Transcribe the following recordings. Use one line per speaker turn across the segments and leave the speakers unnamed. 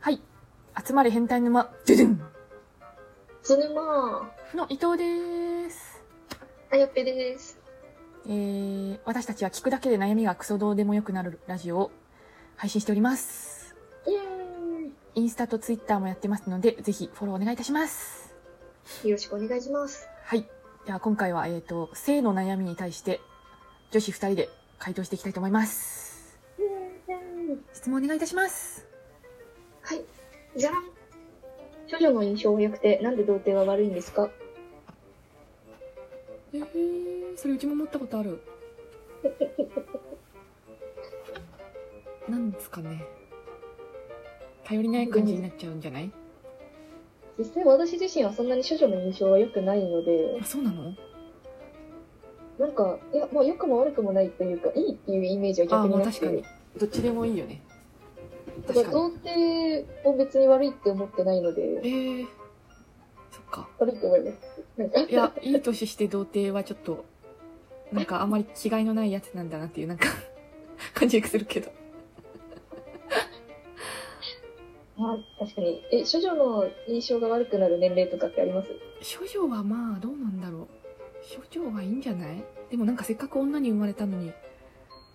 はい。集まれ変態沼、ドゥドゥン
つぬま
の伊藤です。
あやっぺです。
えー、私たちは聞くだけで悩みがクソどうでもよくなるラジオを配信しております。
イエ
インスタとツイッターもやってますので、ぜひフォローお願いいたします。
ーイよろしくお願いします。
はい。では今回は、えっ、と、性の悩みに対して、女子二人で回答していきたいと思います。
イエーイ
質問お願いいたします。
はい。じゃん処女の印象が良くて、なんで童貞は悪いんですか
えー、それうちも持ったことある。なんですかね。頼りない感じになっちゃうんじゃない
実際私自身はそんなに処女の印象は良くないので
あ、、そうなの
なんか、いや、まあ良くも悪くもないというか、いいっていうイメージは
あ
逆に
まあ
なく
確かに
て、
どっちでもいいよね
だから
確かに
童貞を別に悪いって思ってないので、
えー、そっか
悪いと思います。なんか
いやいい年して童貞はちょっとなんかあまり気概のないやつなんだなっていうなんか感じがするけど
あ確かに。え、処女の印象が悪くなる年齢とかってあります
処女はまあどうなんだろう処女はいいんじゃないでもなんかせっかく女に生まれたのに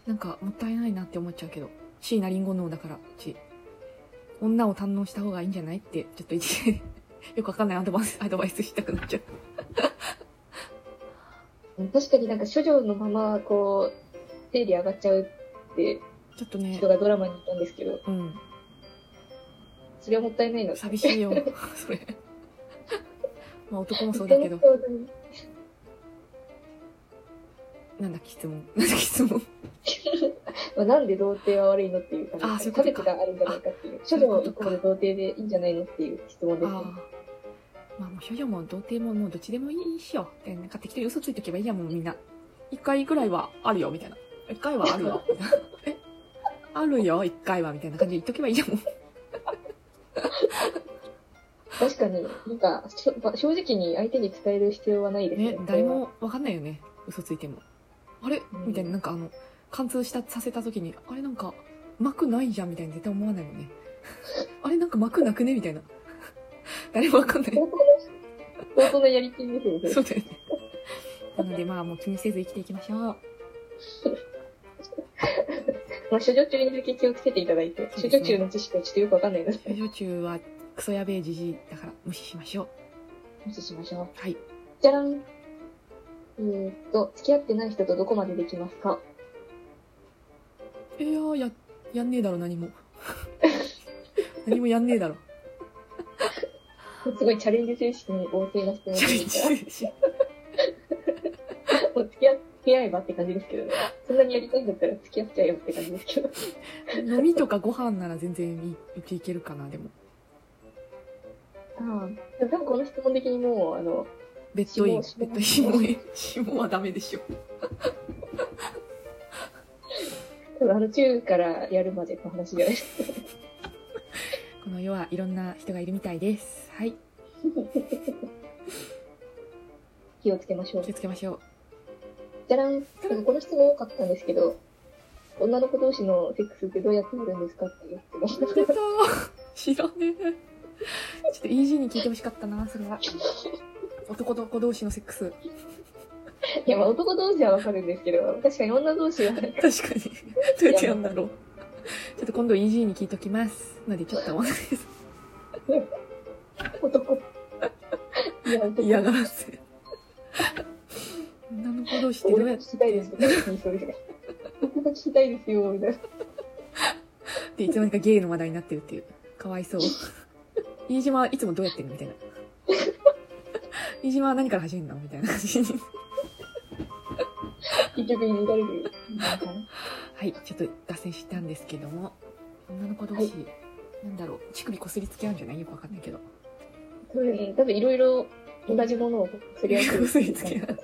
なんかもったいないなって思っちゃうけど椎名林檎脳だからうち女を堪能した方がいいんじゃないって ちょっと一時でよくわかんないアドバイスアドバイスしたくなっちゃう
確かになんか処女のままこう生理上がっちゃうって
ちょっとね
人がドラマにいたんですけど
うん
それはもったいないの
寂しいよ それまあ男もそうだけど
は
なんだっけ質問 なんだっけ質問
なんで童貞は悪いのっていう感
あそう
じ
いうことか
差別があるんじゃないかっていう
そ
処
ういうこ
女は
と
イ
か
コール童貞でいいんじゃないのっていう質問
あ
ですね
あまあもう処女も童貞ももうどっちでもいいっしょでなんか適当に嘘ついておけばいいやもうみんな一回ぐらいはあるよみたいな一回はあるよみたいなえあるよ一回はみたいな感じで言っとけばいいやもう
確かになんかしょま正直に相手に伝える必要はないですね
ね誰もわかんないよね嘘ついてもあれ
うん
みたいななんかあの貫通したさせた時にあれなんか膜ないじゃんみたいな絶対思わないもんねあれなんか膜なくねみたいな誰もわかんない
これは相当なやりきりですよね
そうだよね。なのでまあもう気にせず生きていきましょう。
まあ処女中にだけ気をつけていただいて
そうで
処
すね
女中の知識はちょっとよくわかんないので
処女中はクソやべえじじいだから無視しましょう。
無視しましょう
はい。
じゃらん。えー、っと、付き合ってない人とどこまでできますか
いやーや、やんねえだろ何 も。何もやんねえ だろ。
すごいチャレンジ精神に旺盛な人な
チャレン
の
ジ
か
するし。
ら、もう付き合って合えばって感じですけどね。そんなにやりたいんだったら付き合っちゃえよって感じで すけど。
飲みとかご飯なら全然いいうちいけるかな、でも。
ああ。でも多分この質問的にもう、あの、
ベッドイン。
下
ベッドインもえ、下はダメ でしょ。
多分あの中からやるまでの話じゃないです
この世はいろんな人がいるみたいです。はい。
気をつけましょう
気。をつけましょう。
じゃらん。なんかこの質問多かったんですけど、女の子同士のセックスってどうやってやるんですかっていう質問。
出た 知らねえちょっとイージーに聞いてほしかったなそれは男と子同士のセックス
いや、まあ男同士はわかるんですけど、確かに女同士はなん
確
か、
かにどうやってやるんだろうちょっと今度イージーに聞いときますのでちょっとお願いします
男。いや、男。
嫌がらせ女の子同士ってど
俺
う
も
やっ
聞きたいです
て
みたいな感じそうですね。僕も聞きたいですよ、みたいな。
でいつの間にかゲイの話題になってるっていうかわいそう飯島はいつもどうやってるのみたいな飯島は何から始めるのみたいな感じに
結局に乱れる。
はい、ちょっと脱線したんですけども、女の子同士、なんだろう、乳首こすりつけ合うんじゃないよくわかんないけど。
多分、多分いろいろ同じものをすり合わせ
こ
る。
すりつけ合う。ちょ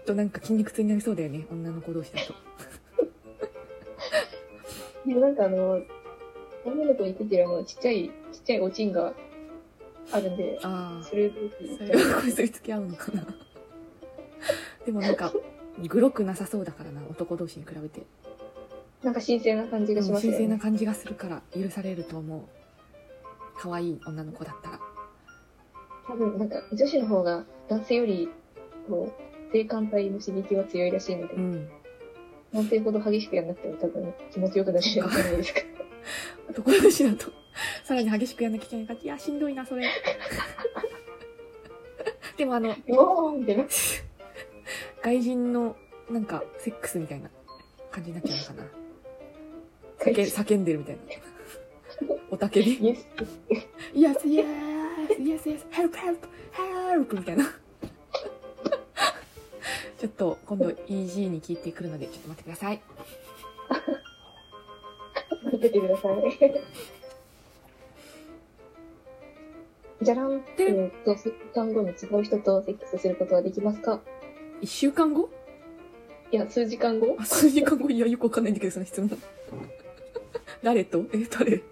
っとなんか筋肉痛になりそうだよね、女の子同士だと。
でもなんかあの、女の子に出てるあの、ちっちゃい、ちっちゃいおちんがあるんで、
ああ、
それを
それはこすりつけ合うのかな。 でもなんか、グロくなさそうだからな、男同士に比べて。
なんか神聖な感じがし
うん
ます
神
よ
聖
ね。
な感じがするから許されると思う可愛い女の子だったら
多分なんか女子の方が男性よりこう性感帯の刺激は強いらしいので、
うん
男性ほど激しくやんなくても多分気持ちよくなるんじゃないですか。
男同士だとさらに激しくやんなきゃいけない感じいやしんどいなそれ でもあの
おーみたいな。
外人のなんかセックスみたいな感じになっちゃうのかな叫
イ
叫んでるみたいなおたけび
エス。
Yes, yes, yes, yes, help, help, help! みたいな。ちょっと今度 EG に聞いてくるので、ちょっと待ってください。
見ててください。じゃらんって言って、1週間後に違う人とセックスすることはできますか
1週間後
いや、数時間後
あ、数時間後いや、よくわかんないんだけど、その質問。誰とえ、誰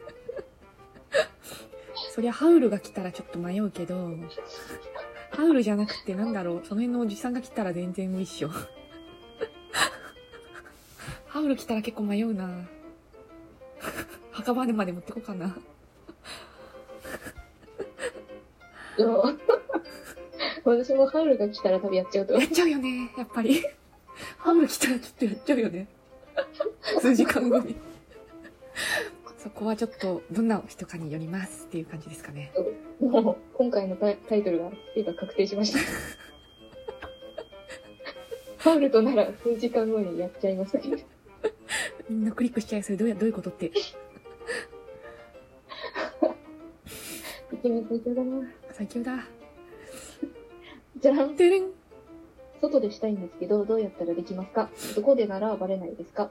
そりゃ、ハウルが来たらちょっと迷うけど、ハウルじゃなくてなんだろう、その辺のおじさんが来たら全然無理っしょ。ハウル来たら結構迷うな墓場まで持ってこうかな。
いや私もハウルが来たら多分やっちゃうと
やっちゃうよね、やっぱり。ハウル来たらちょっとやっちゃうよね。数時間後に。そこはちょっと、どんな人かによりますっていう感じですかね。
思う。もう、今回のタイタイトルが、絵が確定しました。ハウルとなら数時間後にやっ ちゃいますけど。
みんなクリックしちゃいそれどうや、どういうことって。
イケメン最強だな。
最強だ。
じゃらん。
てれん。
外でしたいんですけど、どうやったらできますかどこでならバレないですか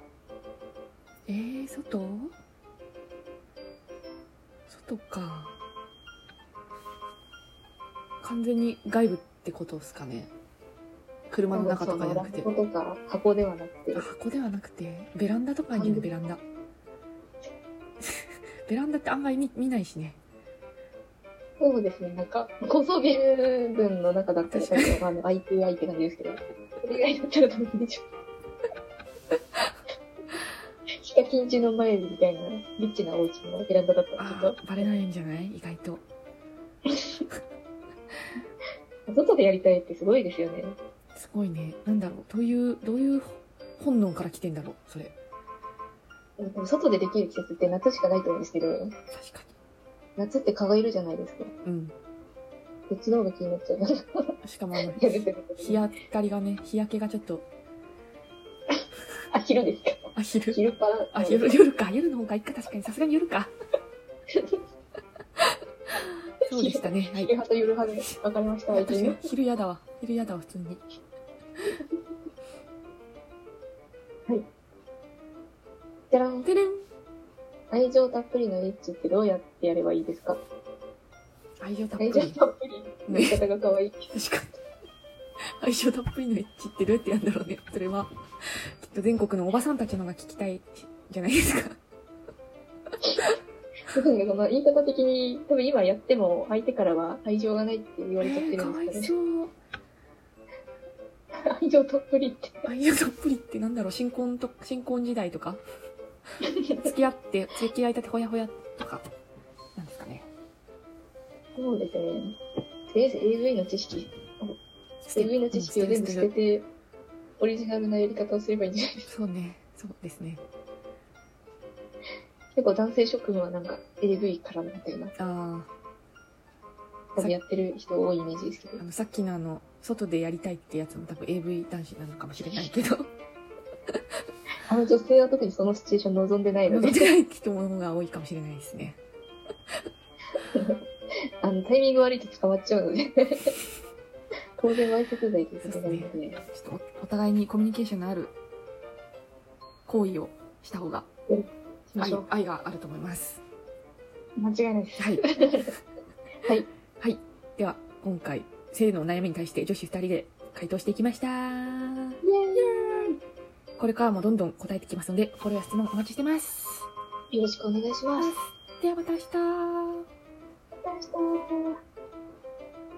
えー、外外か。完全に外部ってことですかね。車の中とかじゃなくて
そ。のラップとか箱ではなくて
あ、箱ではなくてベランダとかにいるのベランダベランダってあんまり見見ないしね
そうですね、なんか、高層ビル群の中だったら、なんかあの、IPI って感じですけど、それ以外だったらダメでしょ。ヒカキン中の前みたいな、リッチなお家のベランダだったら、ちょ
あ
っ
ーバレないんじゃない意外と
と、外でやりたいってすごいですよね。
すごいねなんだろうどういうどういう本能から来てんだろうそれ
でも外でできる季節って夏しかないと思うんですけど、
確か
夏って蚊がいるじゃないですか。
にうん
こっちの方が気になっちゃう。や
しかもあの
めてください
日当たりがね日焼けがちょっと
あ、昼ですか。
あ昼
昼パラ。
あ 夜夜か夜の方がいいか確かにさすがに夜かそうでしたねはい
昼派と夜派で、わかり ました。
確かに昼やだわ昼やだわ普通に
じゃらん。
てれん
愛情たっぷりのエッチってどうやってやればいいですか
愛情たっぷ
愛情
り
たっぷり。言い方が可愛い。
確かに。愛情たっぷりのエッチってどうやってやるんだろうね。それは、きっと全国のおばさんたちのが聞きたいじゃないですか。
なんかその言い方的に、多分今やっても相手からは愛情がないって言わ
え
れちゃって
ー、
る
か
ん
わ
です
い
かね。
そう。
愛情たっぷりって。
愛情たっぷりってなんだろう、新婚と、新婚時代とか付き合って、付き合いたてほやほやとか、なんですかね。
そうですね。とりあえず AV の知識、
捨
AV の知識を全部捨て。て、オリジナルなやり方をすればいいんじゃないです
そうね。そうですね。
か。結構男性諸君はなんか AV からみたいな、
あ
多分やってる人多いイメージですけ
あ、
ど
あ。の、さっきのあの、外でやりたいってやつも多分 AV 男子なのかもしれないけど、
あの女性は特にそのシチュエーション望んでないの
望
で
ん、でない人の方が多いかもしれないですね。
あの、タイミング悪いと捕まっちゃうので。当然、わいせつ罪ということになるので、
ちょっとおお互いにコミュニケーションのある行為をした方が
しま
愛
しょう。
愛があると思います。
間違いないです。
はい。
はい。
はい。では、今回、性のお悩みに対して女子二人で回答していきました。
イエ
これからもどんどん答えていきますので、フォローや質問お待ちしてます。
ーイよろしくお願いします。
ではまた明日。